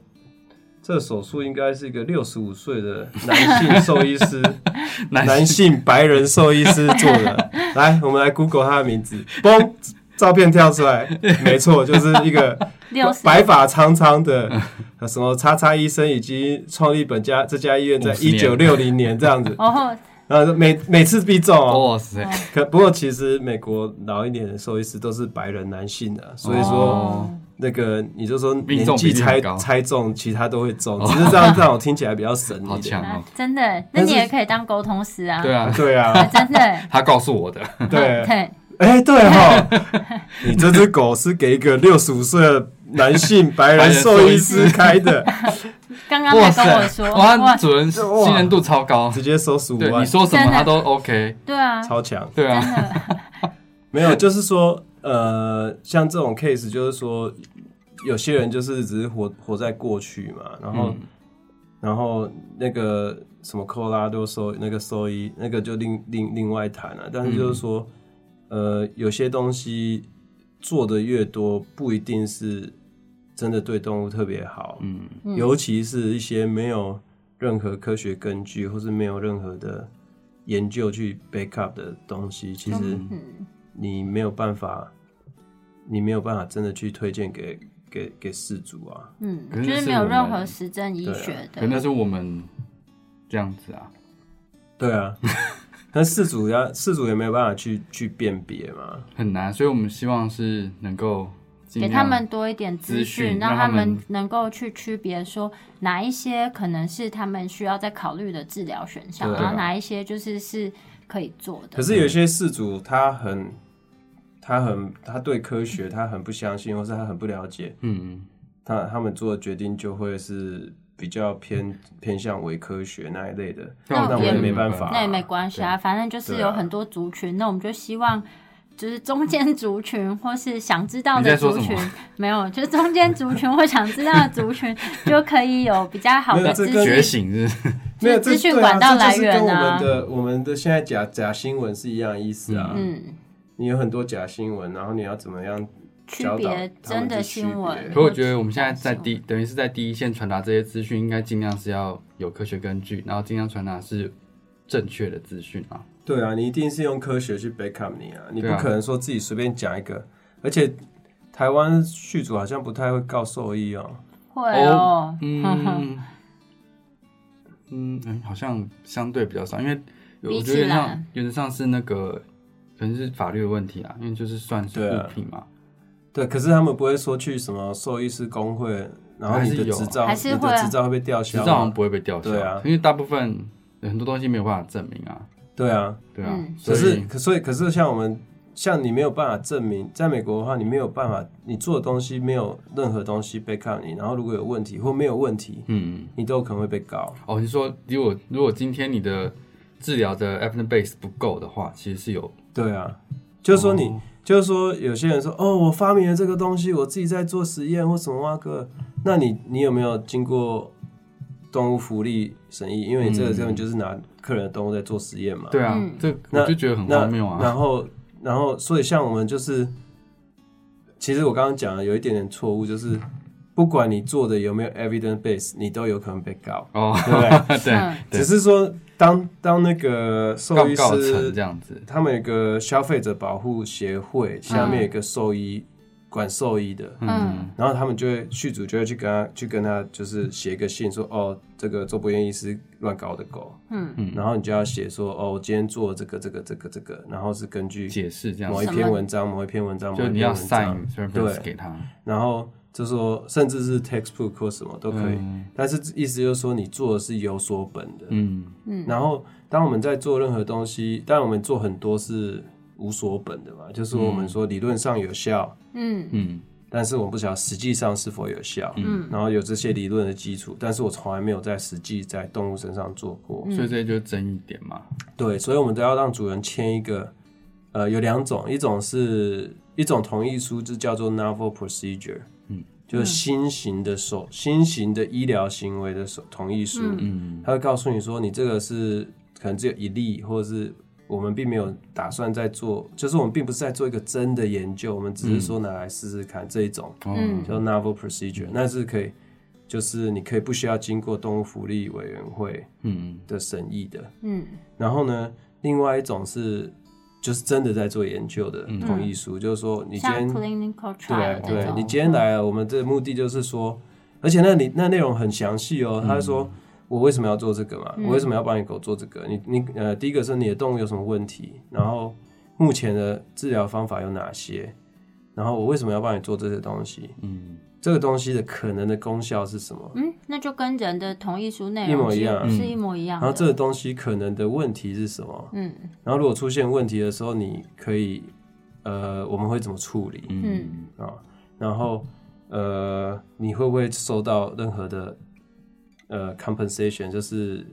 [SPEAKER 1] 这手术应该是一个六十五岁的男性兽医师，
[SPEAKER 3] 男
[SPEAKER 1] 男性白人兽医师做 的。来，我们来 Google 他的名字，嘣，照片跳出来，没错，就是一个
[SPEAKER 2] 六十
[SPEAKER 1] 白发苍苍的
[SPEAKER 3] 嗯
[SPEAKER 1] 呃什么叉叉医生，已经创立本家这家医院在
[SPEAKER 3] 50
[SPEAKER 1] 一
[SPEAKER 3] 年
[SPEAKER 1] 九六零年这样子。
[SPEAKER 2] 哦，
[SPEAKER 1] 然后每每次必中哦，
[SPEAKER 3] 哇塞，
[SPEAKER 1] 可不过其实美国老一点的兽医师都是白人男性的，所以说
[SPEAKER 3] 哦
[SPEAKER 1] 那个你就说
[SPEAKER 3] 命
[SPEAKER 1] 年
[SPEAKER 3] 中
[SPEAKER 1] 纪
[SPEAKER 3] 比例很
[SPEAKER 1] 猜
[SPEAKER 3] 高哦
[SPEAKER 1] 猜中，其他都会中，只是这样让我听起来比较神
[SPEAKER 3] 好
[SPEAKER 1] 一点。
[SPEAKER 3] 强
[SPEAKER 2] 啊
[SPEAKER 3] 哦！
[SPEAKER 2] 真的，那
[SPEAKER 1] 但
[SPEAKER 2] 你
[SPEAKER 1] 是
[SPEAKER 2] 也可以当沟通师啊，
[SPEAKER 3] 对啊，
[SPEAKER 1] 对
[SPEAKER 2] 啊
[SPEAKER 1] 啊，
[SPEAKER 2] 真的，
[SPEAKER 3] 他告诉我的。
[SPEAKER 1] 对，
[SPEAKER 2] 对，
[SPEAKER 1] 哎，对哈，你这只狗是给一个六十五岁的男性白人兽医师开的，
[SPEAKER 2] 刚刚还跟我说，
[SPEAKER 3] 哇，他主人
[SPEAKER 1] 哇
[SPEAKER 3] 信任度超高，
[SPEAKER 1] 直接收十五
[SPEAKER 3] 对
[SPEAKER 1] 万
[SPEAKER 3] 你，说什么
[SPEAKER 2] 真的
[SPEAKER 3] 他都 OK，
[SPEAKER 2] 对啊，
[SPEAKER 1] 超强。
[SPEAKER 3] 对啊，
[SPEAKER 2] 真的，
[SPEAKER 1] 没有，就是说，呃，像这种 case，就是说，有些人就是只是活活在过去嘛，然后，
[SPEAKER 3] 嗯
[SPEAKER 1] 然后那个什么科拉多收那个收益，那个就另另另外谈了、啊但是就是说，呃，有些东西做的越多，不一定是真的对动物特别好，
[SPEAKER 3] 嗯
[SPEAKER 2] 嗯
[SPEAKER 1] 尤其是一些没有任何科学根据或是没有任何的研究去 back up 的东西，其实。
[SPEAKER 2] 嗯，
[SPEAKER 1] 你没有办法，你没有办法真的去推荐给给给事主啊。
[SPEAKER 2] 嗯，
[SPEAKER 3] 可是
[SPEAKER 2] 就是
[SPEAKER 3] 是
[SPEAKER 2] 没有
[SPEAKER 3] 我
[SPEAKER 2] 任
[SPEAKER 3] 们
[SPEAKER 2] 何实证医
[SPEAKER 1] 对啊
[SPEAKER 2] 学
[SPEAKER 3] 可那
[SPEAKER 2] 的，
[SPEAKER 3] 是我们这样子啊，
[SPEAKER 1] 对啊，但事主要事主也没有办法去去辨别嘛。
[SPEAKER 3] 很难，所以我们希望是能够尽
[SPEAKER 2] 给
[SPEAKER 3] 量
[SPEAKER 2] 他们多一点
[SPEAKER 3] 资
[SPEAKER 2] 资
[SPEAKER 3] 讯
[SPEAKER 2] 讯，
[SPEAKER 3] 让
[SPEAKER 2] 他
[SPEAKER 3] 他们
[SPEAKER 2] 们能够去区别说哪一些可能是他们需要再考虑的治疗选项，
[SPEAKER 1] 对啊
[SPEAKER 2] 然后哪一些就是是可以做的。
[SPEAKER 1] 可是有些事主他很他很他对科学他很不相信，或是他很不了解，
[SPEAKER 3] 嗯
[SPEAKER 1] 他他们做的决定就会是比较偏偏向伪科学那一类的。
[SPEAKER 2] 那
[SPEAKER 1] 那
[SPEAKER 2] 我
[SPEAKER 1] 我
[SPEAKER 2] 也
[SPEAKER 1] 也
[SPEAKER 2] 没
[SPEAKER 1] 没办法、
[SPEAKER 2] 那也没关系啊，反正就是
[SPEAKER 1] 对
[SPEAKER 2] 有
[SPEAKER 1] 啊
[SPEAKER 2] 很多族群，那我们就希望就是中间族群 或是想知道
[SPEAKER 3] 你在
[SPEAKER 2] 的
[SPEAKER 3] 说
[SPEAKER 2] 族
[SPEAKER 3] 什
[SPEAKER 2] 群
[SPEAKER 3] 么，
[SPEAKER 2] 没有，就是中间 族群或想知道的族群就可以有比较好
[SPEAKER 1] 没
[SPEAKER 2] 的
[SPEAKER 1] 有
[SPEAKER 2] 资
[SPEAKER 1] 这
[SPEAKER 2] 讯
[SPEAKER 1] 跟
[SPEAKER 3] 觉醒是不是
[SPEAKER 1] 没有
[SPEAKER 2] 资
[SPEAKER 1] 这
[SPEAKER 2] 讯
[SPEAKER 1] 对
[SPEAKER 2] 管道
[SPEAKER 1] 啊，这就是
[SPEAKER 2] 来
[SPEAKER 1] 跟
[SPEAKER 2] 源
[SPEAKER 1] 我
[SPEAKER 2] 啊
[SPEAKER 1] 们的我们的现在假假新闻是一样的意思啊。
[SPEAKER 2] 嗯，
[SPEAKER 1] 你有很多假新闻，然后你要怎么样
[SPEAKER 2] 区别真的新闻。
[SPEAKER 3] 可我觉得我们现在在第，等于是在第一线传达这些资讯，应该尽量是要有科学根据，然后尽量传达是正确的资讯啊。
[SPEAKER 1] 对啊，你一定是用科学去 back up 你啊，你不
[SPEAKER 3] 对啊
[SPEAKER 1] 可能说自己随便讲一个。而且台湾剧组好像不太会告兽医哦，
[SPEAKER 2] 会哦，
[SPEAKER 3] 嗯嗯，嗯好像相对比较少，因为有
[SPEAKER 2] 比
[SPEAKER 3] 我
[SPEAKER 2] 起
[SPEAKER 3] 觉得
[SPEAKER 2] 来
[SPEAKER 3] 像原则上是那个可能是法律的问题啦，因为就是算是
[SPEAKER 1] 对啊
[SPEAKER 3] 物品嘛，
[SPEAKER 1] 对，可是他们不会说去什么兽医师工会，然后你
[SPEAKER 3] 还
[SPEAKER 1] 的
[SPEAKER 3] 是有啊
[SPEAKER 1] 执照，
[SPEAKER 2] 还是
[SPEAKER 1] 你
[SPEAKER 2] 会啊
[SPEAKER 1] 的执照会被吊
[SPEAKER 3] 执
[SPEAKER 1] 销
[SPEAKER 3] 照
[SPEAKER 1] 啊。
[SPEAKER 3] 好像不会被吊销，
[SPEAKER 1] 对啊
[SPEAKER 3] 因为大部分很多东西没有办法证明啊，
[SPEAKER 1] 对啊，
[SPEAKER 3] 对啊，
[SPEAKER 2] 嗯
[SPEAKER 1] 可
[SPEAKER 3] 所
[SPEAKER 1] 是
[SPEAKER 3] 以
[SPEAKER 1] 可所以可是像我们像你没有办法证明，在美国的话，你没有办法，你做的东西没有任何东西 back up 你，然后如果有问题或没有问题，
[SPEAKER 3] 嗯。
[SPEAKER 1] 你都有可能会被告。
[SPEAKER 3] 哦，你说如果如果今天你的治疗的 evidence base 不够的话，其实是有，
[SPEAKER 1] 对啊，就是说你，
[SPEAKER 3] 哦
[SPEAKER 1] 就是说有些人说，哦，我发明了这个东西，我自己在做实验或什么哇哥，那你你有没有经过动物福利审议？因为你这个
[SPEAKER 3] 嗯
[SPEAKER 1] 根本就是拿客人的动物在做实验嘛。
[SPEAKER 3] 对啊，
[SPEAKER 2] 嗯
[SPEAKER 3] 这我
[SPEAKER 1] 那
[SPEAKER 3] 就觉得很
[SPEAKER 1] 那
[SPEAKER 3] 荒谬啊。
[SPEAKER 1] 然后，然后，所以像我们就是，其实我刚刚讲的有一点点错误，就是不管你做的有没有 evidence base，你都有可能被告，
[SPEAKER 3] 哦，
[SPEAKER 1] 对不对？
[SPEAKER 3] 对，
[SPEAKER 2] 嗯
[SPEAKER 1] 只是说当当那个兽
[SPEAKER 3] 告
[SPEAKER 1] 医
[SPEAKER 3] 告
[SPEAKER 1] 师
[SPEAKER 3] 成这样子，
[SPEAKER 1] 他们有个消费者保护协会，下面有一个兽医、管兽医的，
[SPEAKER 2] 嗯
[SPEAKER 3] 嗯，
[SPEAKER 1] 然后他们就会剧组就会去跟他去跟他就是写一个信说，哦，这个周伯彦医师乱搞我的狗，
[SPEAKER 2] 嗯，
[SPEAKER 3] 嗯
[SPEAKER 1] 然后你就要写说，哦，我今天做了这个这个这个这个，然后是根据
[SPEAKER 3] 解释这样
[SPEAKER 1] 某一
[SPEAKER 3] 子，
[SPEAKER 1] 篇文章某一篇文章，
[SPEAKER 3] 就
[SPEAKER 1] 某一
[SPEAKER 3] 你
[SPEAKER 1] 篇
[SPEAKER 3] 要
[SPEAKER 1] 文章
[SPEAKER 3] sign reference
[SPEAKER 1] 对，
[SPEAKER 3] 给他，
[SPEAKER 1] 然后就说甚至是 textbook 或什么都可以，
[SPEAKER 3] 嗯
[SPEAKER 1] 但是意思就是说你做的是有所本的，
[SPEAKER 3] 嗯
[SPEAKER 1] 然后，当我们在做任何东西，当然我们做很多是无所本的嘛，就是我们说理论上有效，
[SPEAKER 2] 嗯
[SPEAKER 3] 嗯
[SPEAKER 1] 但是我们不晓得实际上是否有效。
[SPEAKER 2] 嗯
[SPEAKER 1] 然后有这些理论的基础，但是我从来没有在实际在动物身上做过。
[SPEAKER 2] 嗯
[SPEAKER 3] 所以这就是争议点嘛。
[SPEAKER 1] 对，所以我们都要让主人签一个，呃，有两种，一种是一种同意书，就叫做 novel procedure，
[SPEAKER 3] 嗯，
[SPEAKER 1] 就是新型的手新型的医疗行为的手同意书。
[SPEAKER 2] 嗯
[SPEAKER 3] 嗯
[SPEAKER 1] 他会告诉你说，你这个是可能只有一例，或者是我们并没有打算在做，就是我们并不是在做一个真的研究，我们只是说拿来试试看这一种
[SPEAKER 3] 哦
[SPEAKER 2] 嗯
[SPEAKER 1] 叫 novel procedure，那是可以，就是你可以不需要经过动物福利委员会
[SPEAKER 3] 嗯
[SPEAKER 1] 的审议的。
[SPEAKER 2] 嗯
[SPEAKER 1] 然后呢，另外一种是就是真的在做研究的同意书，就是说你
[SPEAKER 2] 嗯，
[SPEAKER 1] 今
[SPEAKER 2] 像
[SPEAKER 1] 天
[SPEAKER 2] clinical
[SPEAKER 1] 对
[SPEAKER 2] trial 这
[SPEAKER 1] 对，
[SPEAKER 2] 种，
[SPEAKER 1] 你今天来了，我们的目的就是说，而且那里那内容很详细哦。他说我为什么要做这个嘛？
[SPEAKER 2] 嗯
[SPEAKER 1] 我为什么要帮你狗做这个？你你呃，第一个是你的动物有什么问题，然后目前的治疗方法有哪些，然后我为什么要帮你做这些东西？
[SPEAKER 3] 嗯
[SPEAKER 1] 这个东西的可能的功效是什么？
[SPEAKER 2] 嗯，那就跟人的同意书内
[SPEAKER 1] 一
[SPEAKER 2] 容
[SPEAKER 1] 模一
[SPEAKER 2] 几乎
[SPEAKER 1] 样嗯
[SPEAKER 2] 是一模一样
[SPEAKER 1] 然
[SPEAKER 2] 的。
[SPEAKER 1] 后这个东西可能的问题是什么？
[SPEAKER 2] 嗯
[SPEAKER 1] 然后如果出现问题的时候，你可以呃，我们会怎么处理？
[SPEAKER 3] 嗯
[SPEAKER 1] 啊，然后呃，你会不会收到任何的呃 compensation，就是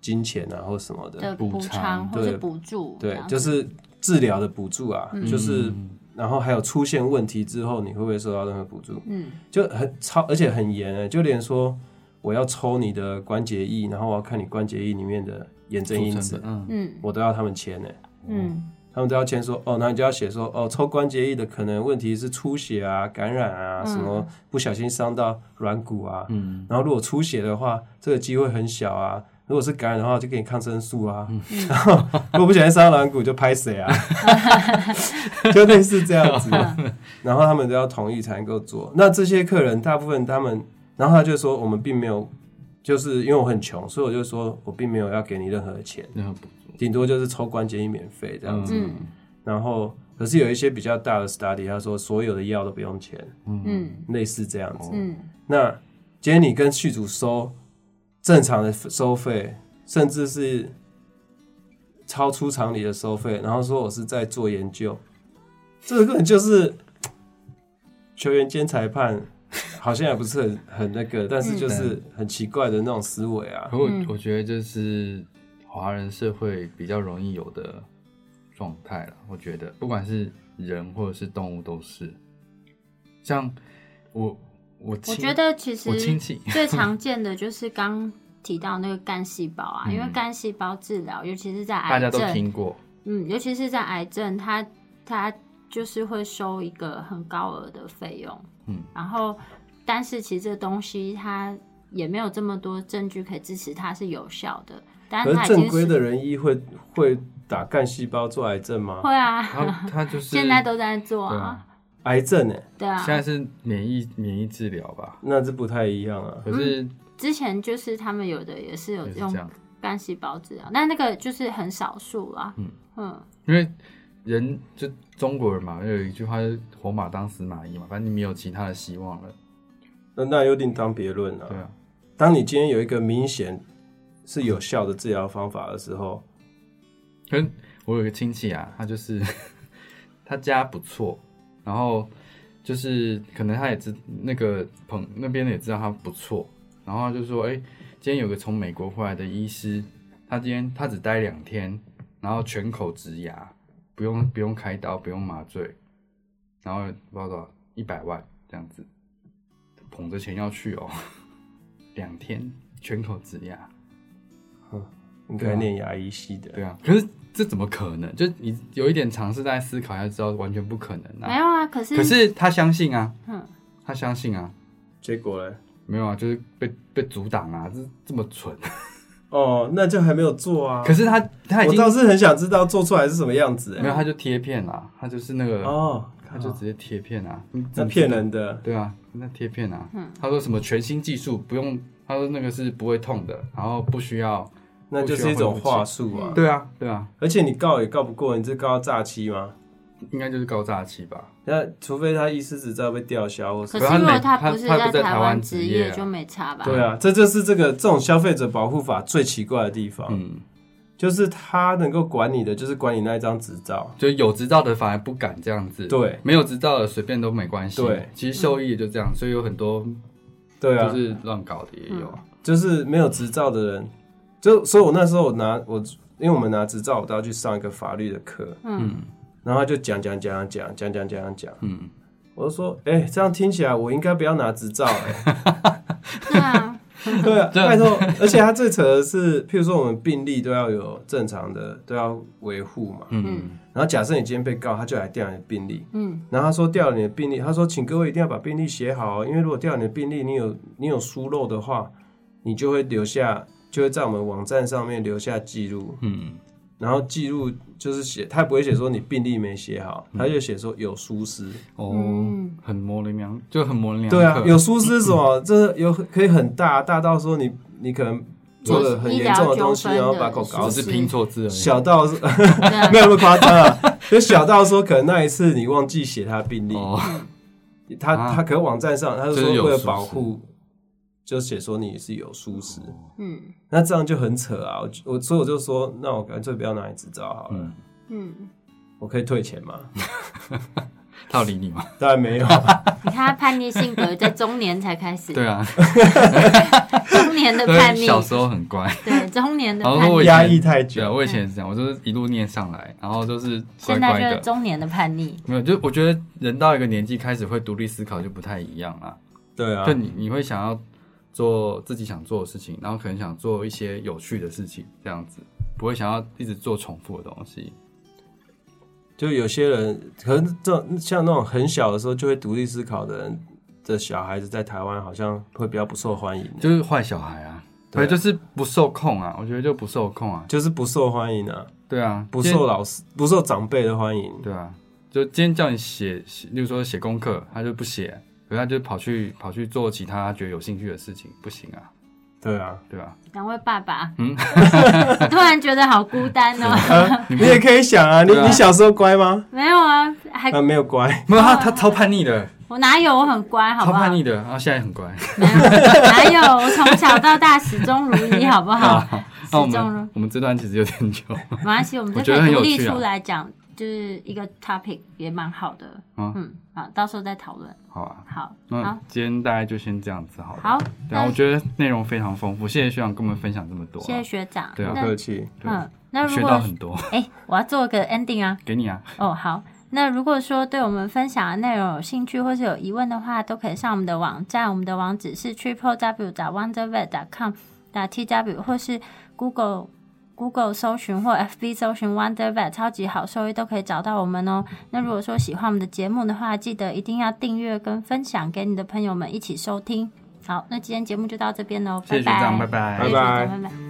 [SPEAKER 1] 金钱啊或什么的，
[SPEAKER 2] 的
[SPEAKER 3] 补
[SPEAKER 2] 补
[SPEAKER 3] 偿
[SPEAKER 2] 偿或
[SPEAKER 1] 对
[SPEAKER 2] 是补助这
[SPEAKER 1] 对
[SPEAKER 2] 样，子，
[SPEAKER 1] 就是治疗的补助啊，
[SPEAKER 3] 嗯
[SPEAKER 2] 嗯
[SPEAKER 1] 就是然后还有出现问题之后，你会不会受到任何补助？
[SPEAKER 2] 嗯，
[SPEAKER 1] 就很超，而且很严、欸，就连说我要抽你的关节液，然后我要看你关节液里面的炎症因
[SPEAKER 3] 组成
[SPEAKER 1] 子
[SPEAKER 3] 的，嗯，
[SPEAKER 2] 嗯
[SPEAKER 1] 我都要他们签呢、欸
[SPEAKER 2] 嗯
[SPEAKER 1] 他们都要签说哦，那你就要写说哦，抽关节液的可能问题是出血啊、感染啊，什么不小心伤到软骨啊，嗯，然后如果出血的话，这个机会很小啊。如果是感染的话，就给你抗生素啊。 然后如果不小心伤到软骨，就拍谁啊？就类似这样子。然后他们都要同意才能够做。那这些客人大部分他们，然后他就说我们并没有，就是因为我很穷，所以我就说我并没有要给你任何的钱，
[SPEAKER 3] 任何补助，
[SPEAKER 1] 顶多就是抽关节液免费这样子。
[SPEAKER 2] 嗯
[SPEAKER 1] 然后可是有一些比较大的 study，他说所有的药都不用钱，
[SPEAKER 2] 嗯
[SPEAKER 1] 类似这样子。
[SPEAKER 2] 嗯
[SPEAKER 1] 那今天你跟续主收正常的收费，甚至是超出常理的收费，然后说我是在做研究，这个根本就是球员兼裁判。好像也不是很很那个，但是就是很奇怪的那种思维啊。
[SPEAKER 3] 可我
[SPEAKER 2] 嗯
[SPEAKER 3] 我觉得这是华人社会比较容易有的状态了。我觉得不管是人或者是动物都是，像我我
[SPEAKER 2] 我
[SPEAKER 3] 亲
[SPEAKER 2] 觉得其实
[SPEAKER 3] 我亲戚
[SPEAKER 2] 最常见的就是刚提到那个干细胞啊，因为干细胞治疗，尤其是在
[SPEAKER 3] 嗯大
[SPEAKER 2] 癌
[SPEAKER 3] 家都
[SPEAKER 2] 症，
[SPEAKER 3] 听过，
[SPEAKER 2] 嗯，尤其是在癌症，它它就是会收一个很高额的费用，
[SPEAKER 3] 嗯，
[SPEAKER 2] 然后但是其实这东西它也没有这么多证据可以支持它是有效的，但
[SPEAKER 1] 可是
[SPEAKER 2] 是它已
[SPEAKER 1] 正
[SPEAKER 2] 经
[SPEAKER 1] 规
[SPEAKER 2] 是
[SPEAKER 1] 的人医会会打干细胞做癌症吗？
[SPEAKER 2] 会啊，
[SPEAKER 3] 他他就是
[SPEAKER 2] 现在都在做
[SPEAKER 3] 对
[SPEAKER 2] 啊
[SPEAKER 3] 啊，
[SPEAKER 1] 癌症哎、
[SPEAKER 2] 对啊
[SPEAKER 3] 现，在是免疫免疫治疗吧，
[SPEAKER 1] 那这不太一样啊。
[SPEAKER 3] 可是
[SPEAKER 2] 之前就是他们有的也是嗯有
[SPEAKER 3] 也是
[SPEAKER 2] 用
[SPEAKER 3] 这样，
[SPEAKER 2] 干细胞治疗，但那个就是很少数啦，嗯
[SPEAKER 3] 因为人就中国人嘛，有一句话是“活马当死马医”嘛，反正你没有其他的希望了，
[SPEAKER 1] 那那又另当别论
[SPEAKER 3] 对
[SPEAKER 1] 了。
[SPEAKER 3] 啊，
[SPEAKER 1] 当你今天有一个明显是有效的治疗方法的时候，
[SPEAKER 3] 可是我有个亲戚啊，他就是 他家不错，然后就是可能他也知那个朋那边的也知道他不错，然后他就说：“哎、今天有个从美国回来的医师，他今天他只待两天，然后全口植牙，不用不用开刀，不用麻醉，然后不知道多少一百万这样子，捧着钱要去哦， 两天全口植牙。”
[SPEAKER 1] 应该念牙医系的。
[SPEAKER 3] 啊对啊，可是这怎么可能？就你有一点尝试在思考，要知道完全不可能
[SPEAKER 2] 没
[SPEAKER 3] 啊。
[SPEAKER 2] 有啊，可是
[SPEAKER 3] 可是他相信啊，
[SPEAKER 2] 嗯
[SPEAKER 3] 他相信啊，
[SPEAKER 1] 结果嘞，
[SPEAKER 3] 没有啊，就是被被阻挡啊，这这么蠢。
[SPEAKER 1] 哦，那就还没有做啊。
[SPEAKER 3] 可是他他已
[SPEAKER 1] 我
[SPEAKER 3] 经
[SPEAKER 1] 倒是很想知道做出来是什么样子、
[SPEAKER 3] 没有，
[SPEAKER 1] 欸。
[SPEAKER 3] 他就贴片啊，他就是那个，
[SPEAKER 1] 哦，
[SPEAKER 3] 他就直接贴片啊，你怎
[SPEAKER 1] 那
[SPEAKER 3] 么
[SPEAKER 1] 骗人的。
[SPEAKER 3] 对啊，那贴片啊，
[SPEAKER 2] 嗯
[SPEAKER 3] 他说什么全新技术不用，他说那个是不会痛的，然后不需要，
[SPEAKER 1] 那就是一种话术啊，
[SPEAKER 3] 对啊对啊，
[SPEAKER 1] 而且你告也告不过，你这告到诈欺吗？
[SPEAKER 3] 应该就是高炸期吧？
[SPEAKER 1] 那除非他医师执照被吊销或什
[SPEAKER 2] 可是
[SPEAKER 1] 么，
[SPEAKER 3] 可是
[SPEAKER 2] 如果
[SPEAKER 3] 他没
[SPEAKER 2] 不是
[SPEAKER 3] 他他不在
[SPEAKER 2] 台
[SPEAKER 3] 台湾
[SPEAKER 2] 职
[SPEAKER 3] 职业啊
[SPEAKER 2] 就没差吧？
[SPEAKER 1] 对啊，这就是这个这种消费者保护法最奇怪的地方，
[SPEAKER 3] 嗯，
[SPEAKER 1] 就是他能够管你的，就是管你那一张执照。
[SPEAKER 3] 就是有执照的反而不敢这样子，
[SPEAKER 1] 对
[SPEAKER 3] 没有执照的随便都没关系。
[SPEAKER 1] 对，
[SPEAKER 3] 其实受益就这样，所以有很多
[SPEAKER 1] 对啊，嗯
[SPEAKER 3] 就是乱搞的也有啊。
[SPEAKER 1] 就是没有执照的人，就所以，我那时候我拿我，因为我们拿执照，我都要去上一个法律的课，
[SPEAKER 2] 嗯，
[SPEAKER 1] 然后他就讲讲讲讲讲讲讲讲，
[SPEAKER 3] 嗯，
[SPEAKER 1] 我就说，哎、这样听起来我应该不要拿执照、哎，
[SPEAKER 2] 对啊，
[SPEAKER 1] 对啊，拜托，而且他最扯的是，譬如说我们病例都要有正常的，都要维护嘛，
[SPEAKER 3] 嗯，
[SPEAKER 1] 然后假设你今天被告，他就来调你的病历，
[SPEAKER 2] 嗯，
[SPEAKER 1] 然后他说调了你的病历，他说请各位一定要把病历写好、哦，因为如果调你的病历，你有你有疏漏的话，你就会留下，就会在我们网站上面留下记录，
[SPEAKER 3] 嗯，
[SPEAKER 1] 然后记录就是写，他不会写说你病历没写好，他就写说有疏失。
[SPEAKER 3] 哦
[SPEAKER 2] 嗯，
[SPEAKER 3] 很模棱两，就很模棱两可。
[SPEAKER 1] 对啊，有疏失是什么？这有可以很大，大到说你你可能做了很严重的东西，
[SPEAKER 2] 做医疗纠纷的
[SPEAKER 1] 然后把狗搞死
[SPEAKER 3] 只是。拼错字而已。
[SPEAKER 1] 小到是
[SPEAKER 2] 对 啊
[SPEAKER 1] 没有那么夸张啊，就小到说可能那一次你忘记写他病历，
[SPEAKER 3] 哦，
[SPEAKER 1] 他
[SPEAKER 3] 啊
[SPEAKER 1] 他可能网站上他就
[SPEAKER 3] 就是有
[SPEAKER 1] 说为了
[SPEAKER 3] 疏失
[SPEAKER 1] 保护，就写说你是有疏失，
[SPEAKER 2] 嗯
[SPEAKER 1] 那这样就很扯啊！我就我所以我就说，那嗯我干脆不要拿你执照好了，
[SPEAKER 3] 嗯，
[SPEAKER 2] 嗯，
[SPEAKER 1] 我可以退钱吗？
[SPEAKER 3] 他有理你吗？
[SPEAKER 1] 当然 没有，
[SPEAKER 2] 你看他叛逆性格在中年才开始，
[SPEAKER 3] 对啊，
[SPEAKER 2] 中年的
[SPEAKER 3] 但
[SPEAKER 2] 叛
[SPEAKER 3] 是
[SPEAKER 2] 逆，
[SPEAKER 3] 小时候很 乖。
[SPEAKER 2] 对中年的
[SPEAKER 3] 然后
[SPEAKER 2] 叛
[SPEAKER 3] 我
[SPEAKER 2] 逆，
[SPEAKER 3] 以前
[SPEAKER 1] 压抑太
[SPEAKER 3] 对啊，
[SPEAKER 1] 久。
[SPEAKER 3] 我以前也是这样，我就是一路念上来，然后都是乖
[SPEAKER 2] 嗯现在
[SPEAKER 3] 乖
[SPEAKER 2] 就是
[SPEAKER 3] 的。
[SPEAKER 2] 中年的叛逆。
[SPEAKER 3] 没有，就我觉得人到一个年纪开始会独立思考就不太一样啦。
[SPEAKER 1] 对啊
[SPEAKER 3] 就，你你会想要做自己想做的事情，然后可能想做一些有趣的事情，这样子不会想要一直做重复的东西。
[SPEAKER 1] 就有些人，可能这种像那种很小的时候就会独立思考的人的小孩子，在台湾好像会比较不受欢迎，
[SPEAKER 3] 就是坏小孩啊，
[SPEAKER 1] 对
[SPEAKER 3] 对，就是不受控啊，我觉得就不受控啊，
[SPEAKER 1] 就是不受欢迎啊，
[SPEAKER 3] 对啊，
[SPEAKER 1] 不
[SPEAKER 3] 今天
[SPEAKER 1] 受，老师、不受长辈的欢迎。
[SPEAKER 3] 对啊，就今天叫你写，写例如说写功课，他就不写，可是他就跑去跑去做其他他觉得有兴趣的事情，不行啊，
[SPEAKER 1] 对啊，
[SPEAKER 3] 对啊，
[SPEAKER 2] 两位爸爸，
[SPEAKER 3] 嗯
[SPEAKER 2] 我 突然觉得好孤单哦。
[SPEAKER 1] 你也可以想啊，你
[SPEAKER 3] 对啊
[SPEAKER 1] 你小时候乖吗？
[SPEAKER 2] 没有啊，还
[SPEAKER 1] 啊，没有乖，
[SPEAKER 3] 没有他他超叛逆的，
[SPEAKER 2] 我哪有？我很乖，好
[SPEAKER 3] 超
[SPEAKER 2] 不好？
[SPEAKER 3] 叛逆的，然后现在很乖。
[SPEAKER 2] 没有，哪有？我从小到大始终如一，好不
[SPEAKER 3] 啊
[SPEAKER 2] 好？始
[SPEAKER 3] 那我
[SPEAKER 2] 终如
[SPEAKER 3] 们我们这段其实有点久，
[SPEAKER 2] 没关系，我们
[SPEAKER 3] 我
[SPEAKER 2] 就
[SPEAKER 3] 觉得
[SPEAKER 2] 可
[SPEAKER 3] 很
[SPEAKER 2] 以
[SPEAKER 3] 有
[SPEAKER 2] 独立
[SPEAKER 3] 趣啊
[SPEAKER 2] 出来讲，就是一个 topic 也蛮好的。
[SPEAKER 3] 嗯
[SPEAKER 2] 嗯，好，到时候再讨论。
[SPEAKER 3] 好啊，
[SPEAKER 2] 好，
[SPEAKER 3] 那
[SPEAKER 2] 好，
[SPEAKER 3] 今天大概就先这样子好了。
[SPEAKER 2] 好，
[SPEAKER 3] 对啊，
[SPEAKER 2] 那
[SPEAKER 3] 我觉得内容非常丰富，谢谢学长跟我们分享这么多啊、
[SPEAKER 2] 嗯谢谢学长。
[SPEAKER 3] 对啊
[SPEAKER 1] 不
[SPEAKER 2] 那
[SPEAKER 1] 客气。
[SPEAKER 3] 对
[SPEAKER 2] 嗯，那
[SPEAKER 3] 学
[SPEAKER 2] 如
[SPEAKER 3] 到
[SPEAKER 2] 果
[SPEAKER 3] 很多，
[SPEAKER 2] 哎、我要做个 ending 啊。
[SPEAKER 3] 给你啊，
[SPEAKER 2] 哦，好。那如果说对我们分享的内容有兴趣或是有疑问的话，都可以上我们的网站，我们的网址是 triple w wondervet com t w 或是 Google Google 搜寻或 FB 搜寻 Wondervet 超级好兽医都可以找到我们哦。那如果说喜欢我们的节目的话，记得一定要订阅跟分享给你的朋友们一起收听。好，那今天节目就到这边喽，
[SPEAKER 3] 谢谢学长，拜拜
[SPEAKER 2] 拜谢谢学
[SPEAKER 1] 拜
[SPEAKER 2] 长
[SPEAKER 1] 拜
[SPEAKER 2] 拜拜。